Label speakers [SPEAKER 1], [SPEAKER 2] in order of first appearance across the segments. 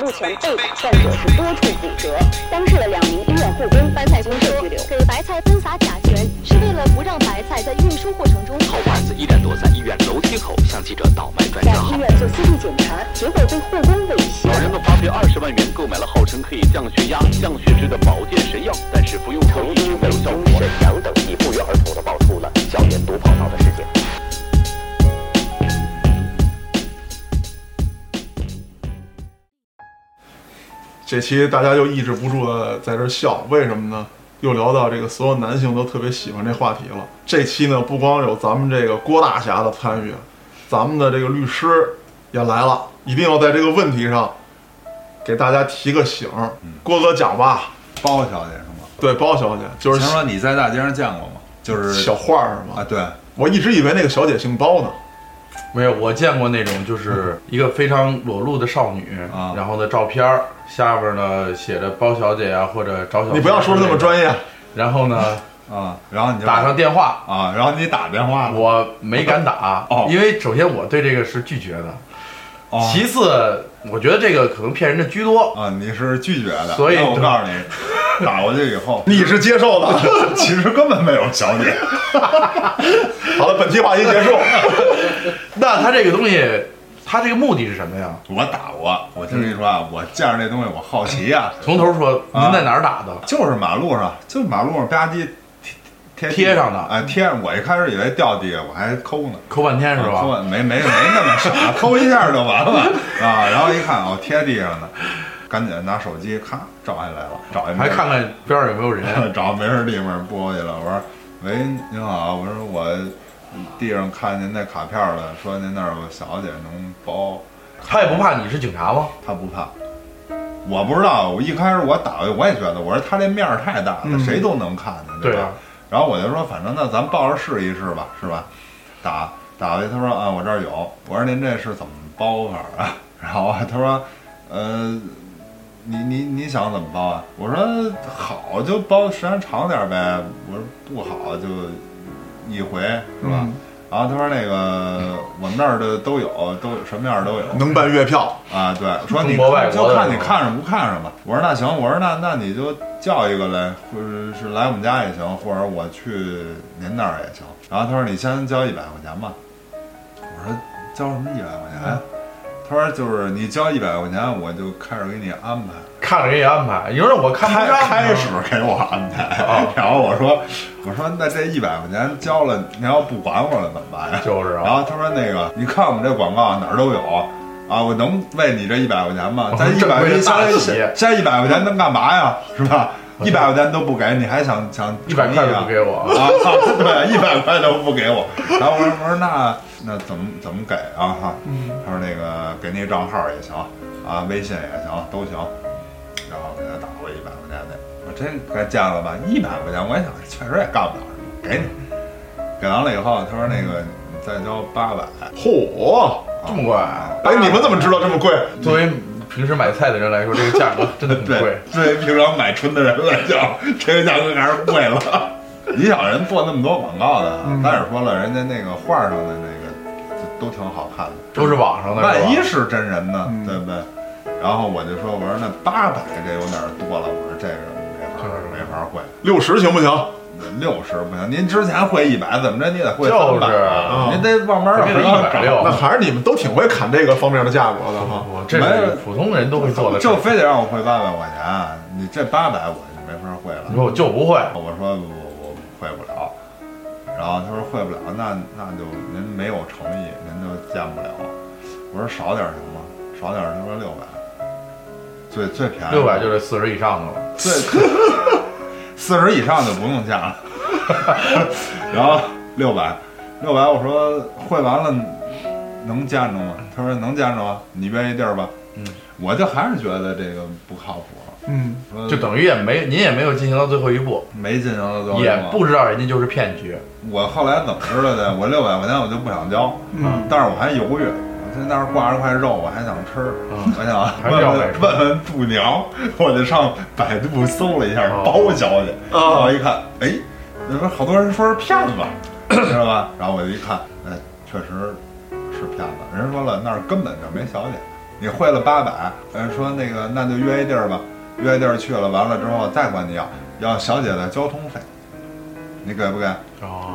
[SPEAKER 1] 目前被打患者是多处骨折，当事的两名医院护工白菜公社拘留。
[SPEAKER 2] 给白菜喷洒甲醛，是为了不让白菜在运输过程中。
[SPEAKER 3] 好汉子依然躲在医院楼梯口向记者倒卖专
[SPEAKER 1] 在
[SPEAKER 3] 家
[SPEAKER 1] 医
[SPEAKER 3] 号。
[SPEAKER 1] 院做 CT 检查，结果被护工猥亵。
[SPEAKER 3] 老人们花费二十万元购买了号称可以降血压、降血脂的保健神药，但是服用后一直没有效果。沈阳等地不约而同的爆出了校园毒跑道的事件。
[SPEAKER 4] 这期大家就抑制不住的在这儿笑，为什么呢？又聊到这个所有男性都特别喜欢这话题了。这期呢，不光有咱们这个郭大侠的参与，咱们的这个律师也来了，一定要在这个问题上给大家提个醒儿。郭哥讲吧，
[SPEAKER 5] 包小姐是吗？
[SPEAKER 4] 对包小姐就是
[SPEAKER 5] 听说你在大街上见过吗？就是
[SPEAKER 4] 小花儿是
[SPEAKER 5] 啊，
[SPEAKER 4] 吗？
[SPEAKER 5] 对，
[SPEAKER 4] 我一直以为那个小姐姓包呢。
[SPEAKER 6] 没有，我见过那种就是一个非常裸露的少女，
[SPEAKER 5] 啊
[SPEAKER 6] 然后的照片儿下边呢写着包小姐啊或者找小，
[SPEAKER 4] 你不要说的那么，专业，
[SPEAKER 6] 然后呢
[SPEAKER 5] 啊，然后你就
[SPEAKER 6] 打上电话，
[SPEAKER 5] 啊，然后你打电话了，
[SPEAKER 6] 我没敢打，
[SPEAKER 5] 哦
[SPEAKER 6] 因为首先我对这个是拒绝的，
[SPEAKER 5] 哦
[SPEAKER 6] 其次我觉得这个可能骗人的居多，
[SPEAKER 5] 啊，你是拒绝的。
[SPEAKER 6] 所以
[SPEAKER 5] 那我告诉你，打过去以后，
[SPEAKER 4] 你是接受的。
[SPEAKER 5] 其实根本没有小 姐。
[SPEAKER 4] 好了，本期话题结束。
[SPEAKER 6] 那他这个东西，他这个目的是什么呀？
[SPEAKER 5] 我打过，我听你说啊，我见着这东西我好奇呀、
[SPEAKER 6] 从头说，
[SPEAKER 5] 啊
[SPEAKER 6] 您在哪儿打的？
[SPEAKER 5] 就是马路上，就是马路上吧唧贴
[SPEAKER 6] 贴上的
[SPEAKER 5] 哎，贴上。我一开始以为掉地下，我还抠呢。
[SPEAKER 6] 抠半天是吧？
[SPEAKER 5] 啊抠没没没那么傻，抠一下就完了啊！然后一看哦，贴地上呢，赶紧拿手机咔照下来了，找一没
[SPEAKER 6] 还
[SPEAKER 5] 人
[SPEAKER 6] 看看边上有没有人。
[SPEAKER 5] 找没人地方拨去了。我说：“喂，您好，我说我地上看您那卡片了，说您那儿有小姐能包。
[SPEAKER 6] 他也不怕你是警察吗？”
[SPEAKER 5] 他不怕，我不知道。我一开始我打我也觉得，我说他这面儿太大了，
[SPEAKER 4] 嗯
[SPEAKER 5] 谁都能看见，
[SPEAKER 6] 对
[SPEAKER 5] 吧？
[SPEAKER 6] 啊
[SPEAKER 5] 然后我就说，反正那咱抱着试一试吧，是吧？打打了，他说啊，我这儿有。我说您这是怎么包法啊？然后他说，呃，你你你想怎么包啊？我说好就包时间长点儿呗，我说不好就一回是吧？
[SPEAKER 4] 嗯
[SPEAKER 5] 然后他说那个我们那儿的都有，都有什么样儿都有
[SPEAKER 4] 能办月票，
[SPEAKER 5] 啊。对，说你
[SPEAKER 6] 中国外
[SPEAKER 5] 看
[SPEAKER 6] 国
[SPEAKER 5] 就
[SPEAKER 6] 的
[SPEAKER 5] 看你
[SPEAKER 6] 是吧
[SPEAKER 5] 看上不看上吧。我说那行，我说那那你就叫一个来，或者是来我们家也行，或者我去您那儿也行。然后他说你先交一百块钱吧。我说交什么一百块钱呀？他说就是你交一百块钱，我就开始给你安排。
[SPEAKER 6] 看着人也安排，哦你说我看不
[SPEAKER 5] 开
[SPEAKER 6] 上。
[SPEAKER 5] 开始给我安排， 然后我说我说那这一百块钱交了，你要不管我了怎么办呀？
[SPEAKER 6] 就是啊
[SPEAKER 5] 然后他说那个，你看我们这广告哪儿都有。啊，我能为你这一百块钱吗？咱一
[SPEAKER 6] 正
[SPEAKER 5] 百
[SPEAKER 6] 规
[SPEAKER 5] 块钱，
[SPEAKER 6] 的大
[SPEAKER 5] 现
[SPEAKER 6] 企
[SPEAKER 5] 在
[SPEAKER 6] 业
[SPEAKER 5] 现在一百块钱能干嘛呀？是 吧？一百块钱都不给你，还想想
[SPEAKER 6] 100块都不给我
[SPEAKER 5] 啊？对，一百块都不给我。然后我说我说那那怎么怎么给啊？哈，
[SPEAKER 6] 嗯
[SPEAKER 5] 他说那个给你账号也行，啊，微信也行，都行。然后给他打过一百块钱的，我真该见了吧？一百块钱，我也想确实也干不了什么，给你。给完了以后，他说那个你再交八百。
[SPEAKER 4] 嚯！
[SPEAKER 6] 这么贵，
[SPEAKER 4] 哎，你们怎么知道这么贵？
[SPEAKER 6] 作为平时买菜的人来说，这个价格真的很
[SPEAKER 5] 对
[SPEAKER 6] 贵。
[SPEAKER 5] 对，平常买春的人来 讲，这个价格还是贵了。你想人做那么多广告的啊，
[SPEAKER 6] 嗯
[SPEAKER 5] 但是说了，人家那个画上的那个就都挺好看的，
[SPEAKER 6] 都是网上的，是吧嗯
[SPEAKER 5] 万一是真人呢，对不对？然后我就说，我说那八百这有点多了，我说这个没法儿没法儿会，
[SPEAKER 4] 六十行不行？
[SPEAKER 5] 六十不行，您之前会一百，怎么着你得会
[SPEAKER 6] 就
[SPEAKER 5] 三
[SPEAKER 6] 是
[SPEAKER 5] 百啊，
[SPEAKER 4] 嗯
[SPEAKER 5] 您得慢慢儿
[SPEAKER 6] 肯定得
[SPEAKER 5] 慢慢儿
[SPEAKER 6] 160
[SPEAKER 5] 找
[SPEAKER 4] 那还是你们都挺会砍这个方面的价格的哈。
[SPEAKER 6] 我这是普通人都会做的事
[SPEAKER 5] 就。非得让我会八百块钱，你这八百我就没法儿会了。
[SPEAKER 6] 你说我就不会，
[SPEAKER 5] 我说我我会不了，然后他说会不了，那那就您没有诚意，您就见不了。我说少点儿行吗？少点儿，他说六百，最最便宜
[SPEAKER 6] 六百就是四十以上的了。
[SPEAKER 5] 最四十以上就不用见了， 然后六百六百，我说会完了能见着吗？他说能见着啊，你约一地儿吧。嗯，我就还是觉得这个不靠谱，
[SPEAKER 4] 嗯，
[SPEAKER 5] 说
[SPEAKER 6] 就等于也没您也没有进行到最后一步，
[SPEAKER 5] 没啊进行到最后
[SPEAKER 6] 也
[SPEAKER 5] 一步
[SPEAKER 6] 不知道人家就是骗局。
[SPEAKER 5] 我后来怎么知道的？我六百块钱我就不想交，啊
[SPEAKER 4] 嗯
[SPEAKER 5] 但是我还犹豫，我在那儿挂着块肉，我还想吃，我想
[SPEAKER 6] 嗯还是
[SPEAKER 5] 问
[SPEAKER 6] 要
[SPEAKER 5] 问
[SPEAKER 6] 买肉
[SPEAKER 5] 问问度娘，我就上百度搜了一下
[SPEAKER 6] 哦
[SPEAKER 5] 包小姐，然
[SPEAKER 4] 哦
[SPEAKER 5] 后一看，哎，那边好多人说是骗 子，知道吧？然后我就一看，哎，确实是骗子。人说了，那儿根本就没小姐，你汇了八百，呃，说那个那就约一地儿吧，约一地儿去了，完了之后再管你要要小姐的交通费，你给不给？啊，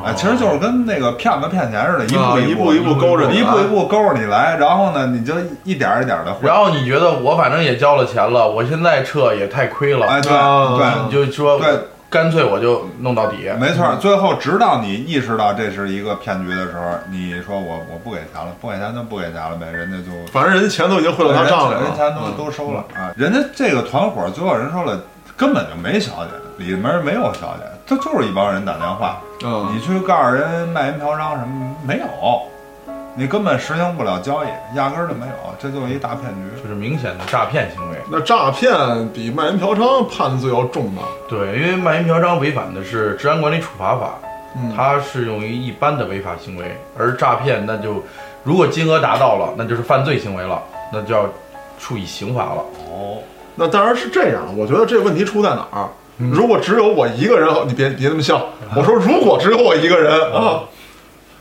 [SPEAKER 6] 啊
[SPEAKER 5] 其实就是跟那个骗子骗钱似的，一
[SPEAKER 4] 啊
[SPEAKER 5] 步
[SPEAKER 4] 一
[SPEAKER 5] 步
[SPEAKER 4] 步一步勾着你啊
[SPEAKER 5] 一步
[SPEAKER 4] 来
[SPEAKER 5] 一步勾着你啊来，然后呢，你就一点儿一点的汇。
[SPEAKER 6] 然后你觉得我反正也交了钱了，我现在撤也太亏了，
[SPEAKER 5] 哎，对
[SPEAKER 4] 啊
[SPEAKER 6] 你
[SPEAKER 5] 对
[SPEAKER 6] 就说
[SPEAKER 5] 对，
[SPEAKER 6] 干脆我就弄到底。
[SPEAKER 5] 没错儿。最后直到你意识到这是一个骗局的时候，你说我我不给钱了，不给钱就不给钱了呗，人家就
[SPEAKER 4] 反正人家钱都已经汇到他账里了，嗯
[SPEAKER 5] 人钱都都收了啊。人家这个团伙最后人说了，根本就没小姐，里面没有小姐，他就是一帮人打电话，
[SPEAKER 4] 嗯，
[SPEAKER 5] 你去告诉人卖淫嫖娼什么没有，你根本实行不了交易，压根儿就没有，这就是一大骗局。
[SPEAKER 6] 就是明显的诈骗行为，
[SPEAKER 4] 那诈骗比卖淫嫖娼判的罪要重吧？
[SPEAKER 6] 对，因为卖淫嫖娼违反的是《治安管理处罚法》，
[SPEAKER 4] 嗯，
[SPEAKER 6] 它适用于一般的违法行为，而诈骗那就如果金额达到了，那就是犯罪行为了，那就要处以刑罚了。
[SPEAKER 5] 哦，
[SPEAKER 4] 那当然是这样。我觉得这问题出在哪儿？
[SPEAKER 5] 嗯
[SPEAKER 4] 如果只有我一个人，你别别那么笑。我说如果只有我一个人
[SPEAKER 5] 嗯
[SPEAKER 4] 啊，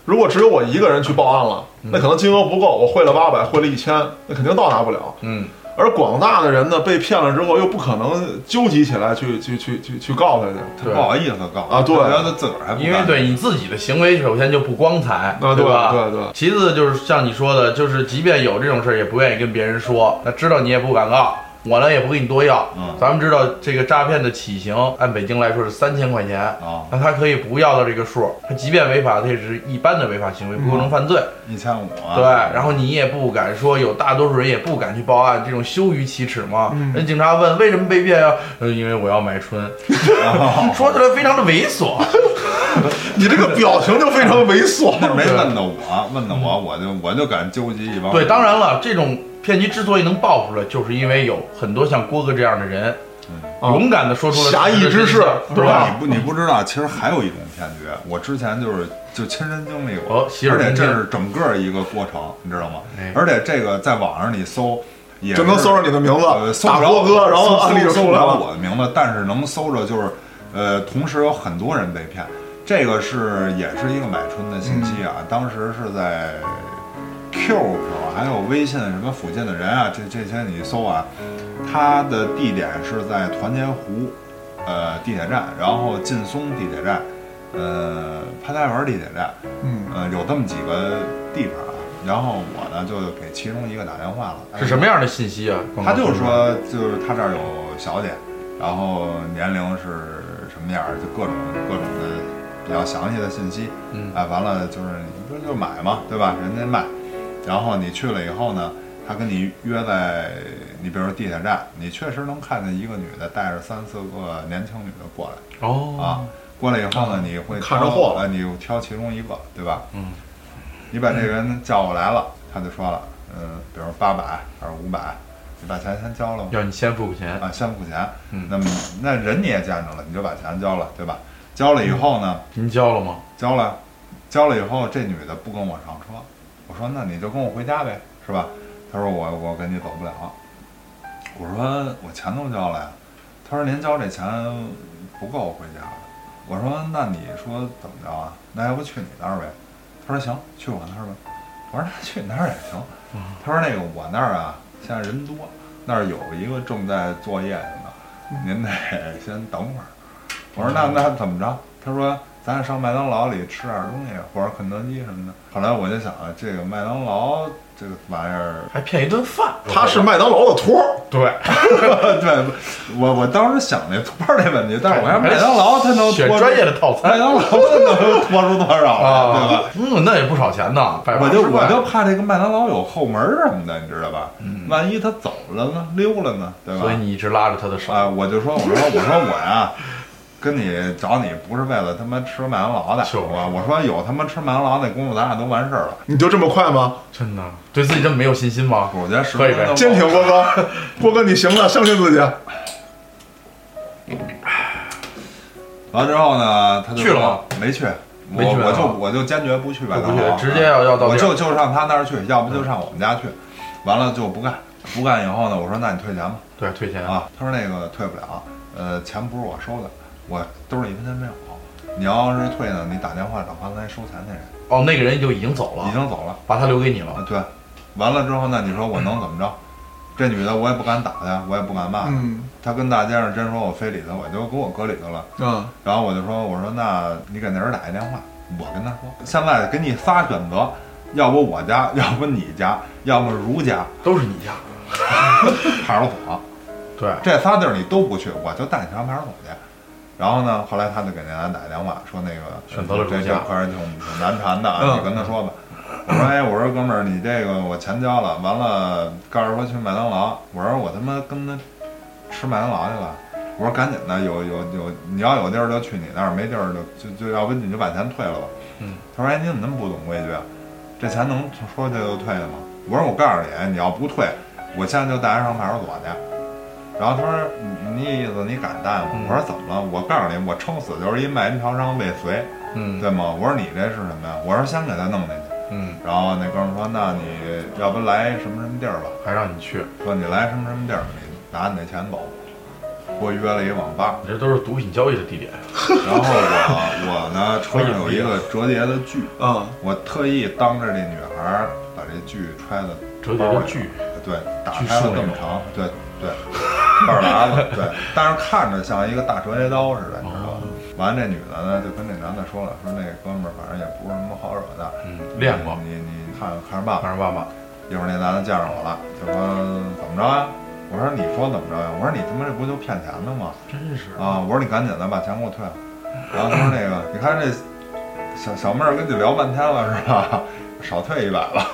[SPEAKER 4] 如果只有我一个人去报案了，那可能金额不够，我汇了八百，汇了一千，那肯定到达不了。
[SPEAKER 6] 嗯，
[SPEAKER 4] 而广大的人呢，被骗了之后又不可能纠集起来去去去去去告他去。
[SPEAKER 5] 他
[SPEAKER 6] 对
[SPEAKER 5] 不好意思告
[SPEAKER 4] 啊对
[SPEAKER 5] 他觉得自个儿还不
[SPEAKER 6] 嗯因为
[SPEAKER 5] 敢
[SPEAKER 6] 对你自己的行为首先就不光彩，
[SPEAKER 4] 啊，对
[SPEAKER 6] 吧？
[SPEAKER 4] 对对，
[SPEAKER 6] 其次就是像你说的，就是即便有这种事儿，也不愿意跟别人说。那知道你也不敢告，我呢也不给你多要。
[SPEAKER 5] 嗯
[SPEAKER 6] 咱们知道这个诈骗的起刑，按北京来说是三千块钱，
[SPEAKER 5] 啊，
[SPEAKER 6] 那他可以不要到这个数，他即便违法，他也是一般的违法行为，不构成犯罪。
[SPEAKER 5] 一千五啊，
[SPEAKER 6] 对，然后你也不敢说，有大多数人也不敢去报案，这种羞于启齿嘛。
[SPEAKER 5] 嗯
[SPEAKER 6] 人警察问为什么被骗呀、呃因为我要买 春，说出来非常的猥琐。
[SPEAKER 4] 你这个表情就非常猥琐。
[SPEAKER 5] 那没问到我，问到我，我就我就敢纠集一帮人。
[SPEAKER 6] 对，当然了，这种骗局之所以能爆出来，就是因为有很多像郭哥这样的人，
[SPEAKER 4] 嗯
[SPEAKER 6] 勇敢的说出了
[SPEAKER 4] 侠义
[SPEAKER 6] 事实
[SPEAKER 4] 之
[SPEAKER 6] 真
[SPEAKER 4] 士
[SPEAKER 6] 相
[SPEAKER 4] 是
[SPEAKER 6] 对
[SPEAKER 4] 吧
[SPEAKER 6] 吧？
[SPEAKER 5] 你不你不知道，其实还有一种骗局，我之前就是就亲身经历过，
[SPEAKER 6] 哦洗耳
[SPEAKER 5] 而且
[SPEAKER 6] 恭
[SPEAKER 5] 这
[SPEAKER 6] 听
[SPEAKER 5] 是整个一个过程，你知道吗？
[SPEAKER 6] 哎
[SPEAKER 5] 而且这个在网上你搜，也
[SPEAKER 4] 就能
[SPEAKER 5] 是
[SPEAKER 4] 搜着你的名字
[SPEAKER 5] 呃，搜
[SPEAKER 4] 大
[SPEAKER 5] 不着
[SPEAKER 4] 郭哥然后
[SPEAKER 5] 搜
[SPEAKER 4] 案例就
[SPEAKER 5] 搜
[SPEAKER 4] 出
[SPEAKER 5] 不
[SPEAKER 4] 来了
[SPEAKER 5] 着我的名字，但是能搜着就是，呃，同时有很多人被骗，这个是也是一个买春的信息
[SPEAKER 4] 嗯
[SPEAKER 5] 啊，当时是在 QQ 还有微信什么附近的人啊，这这些你搜啊，它的地点是在团结湖，呃地铁站，然后劲松地铁站，呃潘家园地铁站，
[SPEAKER 4] 嗯，
[SPEAKER 5] 呃有这么几个地方啊，然后我呢就给其中一个打电话了，
[SPEAKER 6] 是什么样的信息啊？
[SPEAKER 5] 他就是说，就是他这儿有小姐，然后年龄是什么样儿，就各种各种的比较详细的信息。
[SPEAKER 6] 嗯
[SPEAKER 5] 哎，完了就是你不是就买嘛，对吧？人家卖，然后你去了以后呢，他跟你约在你比如说地铁站，你确实能看见一个女的带着三四个年轻女的过来。
[SPEAKER 6] 哦
[SPEAKER 5] 啊，，过来以后呢，你会
[SPEAKER 4] 看着
[SPEAKER 5] 挑
[SPEAKER 4] 货
[SPEAKER 5] 呃，你就挑其中一个，对吧？
[SPEAKER 6] 嗯，
[SPEAKER 5] 你把这个人叫过来了，他就说了，嗯，比如八百还是五百，你把钱先交了吧
[SPEAKER 6] 要你先付钱，
[SPEAKER 5] 啊，先付钱。
[SPEAKER 6] 嗯
[SPEAKER 5] 那么那人你也见着了，你就把钱交了，对吧？交了以后呢，
[SPEAKER 6] 您交了吗？
[SPEAKER 5] 交了，交了以后，这女的不跟我上车，我说那你就跟我回家呗，是吧？她说我我跟你走不了。我说我钱都交了呀。她说您交这钱不够回家了。我说那你说怎么着啊？那要不去你那儿呗？她说行，去我那儿吧。我说那去你那儿也行。她说那个我那儿啊，现在人多，那儿有一个正在作业的呢，您得先等会儿。我说那那怎么着？他说咱上麦当劳里吃点东西，或者肯德基什么的。后来我就想，啊这个麦当劳这个玩意儿，
[SPEAKER 6] 还骗一顿饭？
[SPEAKER 4] 他是麦当劳的托儿，
[SPEAKER 6] 对，
[SPEAKER 5] 对我我当时想那托儿这问题，但是我看麦当劳它能
[SPEAKER 6] 选
[SPEAKER 5] 托出
[SPEAKER 6] 专业的套餐
[SPEAKER 5] 麦当劳它能托出多少来，对吧？
[SPEAKER 6] 啊，嗯，那也不少钱呢，百八
[SPEAKER 5] 我就
[SPEAKER 6] 十块啊
[SPEAKER 5] 我就怕这个麦当劳有后门什么的，你知道吧？万一他走了呢，溜了呢，对吧？
[SPEAKER 6] 嗯所以你一直拉着他的手，
[SPEAKER 5] 啊，我就说，我说，我说我呀，跟你找你不是为了他妈吃麦当劳的，
[SPEAKER 6] 就是
[SPEAKER 5] 我我说有他妈吃麦当劳那功夫，咱俩都完事儿了。
[SPEAKER 4] 你就这么快吗？
[SPEAKER 6] 真的对自己这么没有信心吗？
[SPEAKER 5] 我觉得十
[SPEAKER 6] 可以
[SPEAKER 5] 分钟
[SPEAKER 6] 呗
[SPEAKER 5] 都
[SPEAKER 4] 坚挺，郭哥，郭哥你行了，相信自己。
[SPEAKER 5] 完之后呢，他就
[SPEAKER 6] 去了吗？
[SPEAKER 5] 没去，我
[SPEAKER 6] 没去
[SPEAKER 5] 我
[SPEAKER 6] 啊
[SPEAKER 5] 就我就坚决不去麦当
[SPEAKER 6] 不去
[SPEAKER 5] 劳，
[SPEAKER 6] 直接要要到
[SPEAKER 5] 啊我
[SPEAKER 6] 店
[SPEAKER 5] 就就上他那儿去，要不就上我们家去。完了就不干，不干以后呢，我说那你退钱吧。
[SPEAKER 6] 对，退钱，
[SPEAKER 5] 啊，他说那个退不了，呃，钱不是我收的，我兜里一分钱没有。你要是退呢，你打电话找刚才收钱那人，
[SPEAKER 6] 哦，那个人就已经走了，
[SPEAKER 5] 已经走了。啊
[SPEAKER 6] 把他留给你了。
[SPEAKER 5] 啊，对，完了之后呢，你说我能怎么着？这女的我也不敢打她，我也不敢骂她。
[SPEAKER 4] 嗯
[SPEAKER 5] 她跟大街上真说我非礼她，我就给我搁里头了。
[SPEAKER 4] 啊，
[SPEAKER 5] 然后我就说，我说那你给那人打一电话，我跟他说，现在给你仨选择，要不我家， 要不你家，要么如家
[SPEAKER 6] 都是你家。
[SPEAKER 5] 派出所，
[SPEAKER 6] 对，
[SPEAKER 5] 这仨地儿你都不去，我就带你上派出所去。然后呢，后来他就给那男的打电话说那个
[SPEAKER 6] 选择了如家
[SPEAKER 5] 这这块儿挺挺难缠的啊，
[SPEAKER 4] 嗯
[SPEAKER 5] 你跟他说吧。我说哎，我说哥们儿，你这个我钱交了，完了告诉说去麦当劳，我说我他妈跟他吃麦当劳去了。我说赶紧的，有有有，你要有地儿就去你那儿，没地儿就就就要不你就把钱退了吧。
[SPEAKER 6] 嗯，
[SPEAKER 5] 他说哎，你怎么那么不懂规矩啊？这钱能说退就退的吗？我说我告诉你，你要不退，我现在就带他上派出所去。然后他说你你意思你敢带吗？
[SPEAKER 6] 嗯
[SPEAKER 5] 我说怎么了？我告诉你，我撑死就是一卖淫嫖娼未遂，
[SPEAKER 6] 嗯，
[SPEAKER 5] 对吗？我说你这是什么呀？我说先给他弄进去。
[SPEAKER 6] 嗯，
[SPEAKER 5] 然后那哥们儿说，那你要不来什么什么地儿吧？
[SPEAKER 6] 还让你去，
[SPEAKER 5] 说你来什么什么地儿，你拿你那钱走。给我约了一网吧，
[SPEAKER 6] 你这都是毒品交易的地点。
[SPEAKER 5] 然后 我我呢车上有一个折叠的锯，
[SPEAKER 4] 啊，
[SPEAKER 6] 嗯
[SPEAKER 5] 我特意当着这女孩儿把这锯揣在
[SPEAKER 6] 折叠的锯，
[SPEAKER 5] 对，打
[SPEAKER 6] 锯
[SPEAKER 5] 开
[SPEAKER 6] 树
[SPEAKER 5] 了这
[SPEAKER 6] 那
[SPEAKER 5] 么
[SPEAKER 6] 种
[SPEAKER 5] 长，对对，半拉子，对，但是看着像一个大折叠刀似的，你知道吗？
[SPEAKER 6] 哦
[SPEAKER 5] 完了，这女的呢就跟这男的说了，说那哥们儿反正也不是什么好惹的，
[SPEAKER 6] 嗯，练过，
[SPEAKER 5] 你你看看着办吧。
[SPEAKER 6] 看着爸爸，
[SPEAKER 5] 一会儿那男的见着我了，就说怎么着呀、我说你说怎么着呀、我说你他妈这不就骗钱的吗？
[SPEAKER 6] 真是
[SPEAKER 5] 啊！我说你赶紧的把钱给我退了。然后他说那个，你看这小小妹儿跟你聊半天了是吧？少退一百吧。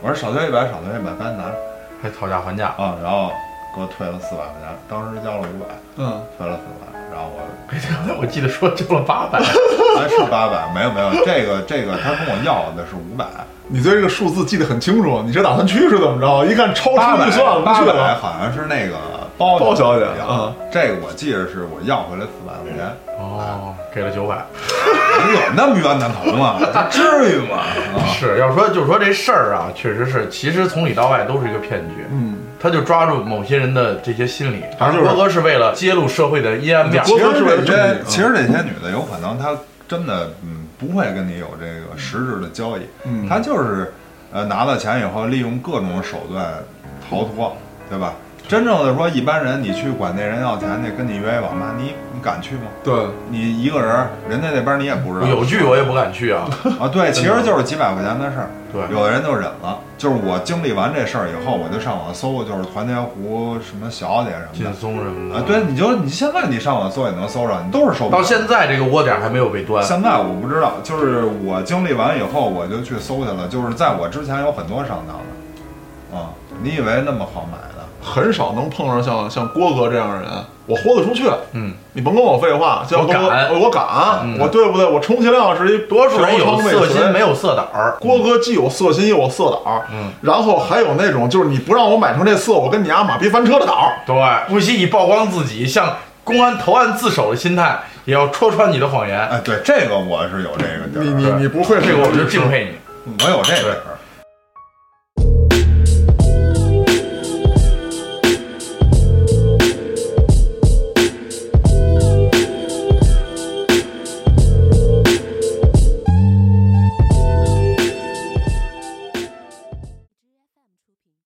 [SPEAKER 5] 我说少退一百，少退一百，赶紧拿着。
[SPEAKER 6] 还讨价还价，
[SPEAKER 5] 啊，然后给我退了四百块钱，当时交了五百，
[SPEAKER 4] 嗯，
[SPEAKER 5] 退了四百，然后我
[SPEAKER 6] 刚才我记得说交了 八百，
[SPEAKER 5] 还是八百，没有没有，这个这个他跟我要的是五百，
[SPEAKER 4] 你对这个数字记得很清楚，你是打算去是怎么着？一看超
[SPEAKER 5] 八
[SPEAKER 4] 出
[SPEAKER 5] 百
[SPEAKER 4] 预算了，
[SPEAKER 5] 八
[SPEAKER 4] 不去
[SPEAKER 5] 百
[SPEAKER 4] 了。
[SPEAKER 5] 好像是那个包
[SPEAKER 4] 包小姐
[SPEAKER 5] 要
[SPEAKER 4] 啊
[SPEAKER 5] 这个我记着是我要回来四百块钱，
[SPEAKER 6] 哦，给了九百，
[SPEAKER 5] 啊你有那么冤大头吗？这 至于吗？啊
[SPEAKER 6] 是要说就说这事儿啊，确实是，其实从里到外都是一个骗局，
[SPEAKER 4] 嗯，
[SPEAKER 6] 他就抓住某些人的这些心理，
[SPEAKER 4] 反
[SPEAKER 6] 而
[SPEAKER 4] 正就是
[SPEAKER 6] 郭哥是为了揭露社会的阴暗面，
[SPEAKER 5] 其
[SPEAKER 4] 郭哥是为
[SPEAKER 5] 实
[SPEAKER 4] 了嗯
[SPEAKER 5] 这
[SPEAKER 4] 挣
[SPEAKER 5] 些
[SPEAKER 4] 你，
[SPEAKER 5] 其实这些女的有可能她真的嗯不会跟你有这个实质的交易，
[SPEAKER 4] 嗯
[SPEAKER 5] 她就是呃拿到钱以后利用各种手段逃脱，对吧？真正的说一般人你去管那人要钱去跟你约一网吧，你你敢去吗？
[SPEAKER 4] 对，
[SPEAKER 5] 你一个人，人家那边你也不知道
[SPEAKER 6] 有剧我也不敢去啊，
[SPEAKER 5] 啊，对，其实就是几百块钱的事儿。
[SPEAKER 6] 对
[SPEAKER 5] 有的人就忍了，就是我经历完这事儿以后，我就上网搜，就是团结湖什么小姐什么
[SPEAKER 6] 劲
[SPEAKER 5] 的。
[SPEAKER 6] 松什么的
[SPEAKER 5] 啊，对，你就你现在你上网搜也能搜着，你都是搜不
[SPEAKER 6] 到
[SPEAKER 5] 着。
[SPEAKER 6] 现在这个窝点还没有被端，
[SPEAKER 5] 现在我不知道，就是我经历完以后，我就去搜去了。就是在我之前有很多上当的，啊、你以为那么好买的？
[SPEAKER 4] 很少能碰上像像郭哥这样的人，我豁得出去。
[SPEAKER 6] 嗯，
[SPEAKER 4] 你甭跟我废话，像
[SPEAKER 6] 我
[SPEAKER 4] 郭哥
[SPEAKER 6] 敢
[SPEAKER 4] 我我敢，
[SPEAKER 6] 嗯
[SPEAKER 4] 我对不对？我充其量是一
[SPEAKER 6] 多数人
[SPEAKER 4] 嫖
[SPEAKER 6] 有
[SPEAKER 4] 娼未
[SPEAKER 6] 色
[SPEAKER 4] 遂
[SPEAKER 6] 心没有色胆儿，
[SPEAKER 4] 郭哥既有色心又有色胆儿，
[SPEAKER 6] 嗯，
[SPEAKER 4] 然后还有那种就是你不让我买成这色，我跟你丫马逼翻车的胆儿，
[SPEAKER 6] 对，不惜以曝光自己向公安投案自首的心态，也要戳穿
[SPEAKER 5] 哎
[SPEAKER 6] 你的谎言，
[SPEAKER 5] 哎，对，这个我是有这个地
[SPEAKER 4] 你
[SPEAKER 5] 儿，
[SPEAKER 4] 你你不会
[SPEAKER 6] 这个我就敬佩你。
[SPEAKER 5] 我有这个地儿。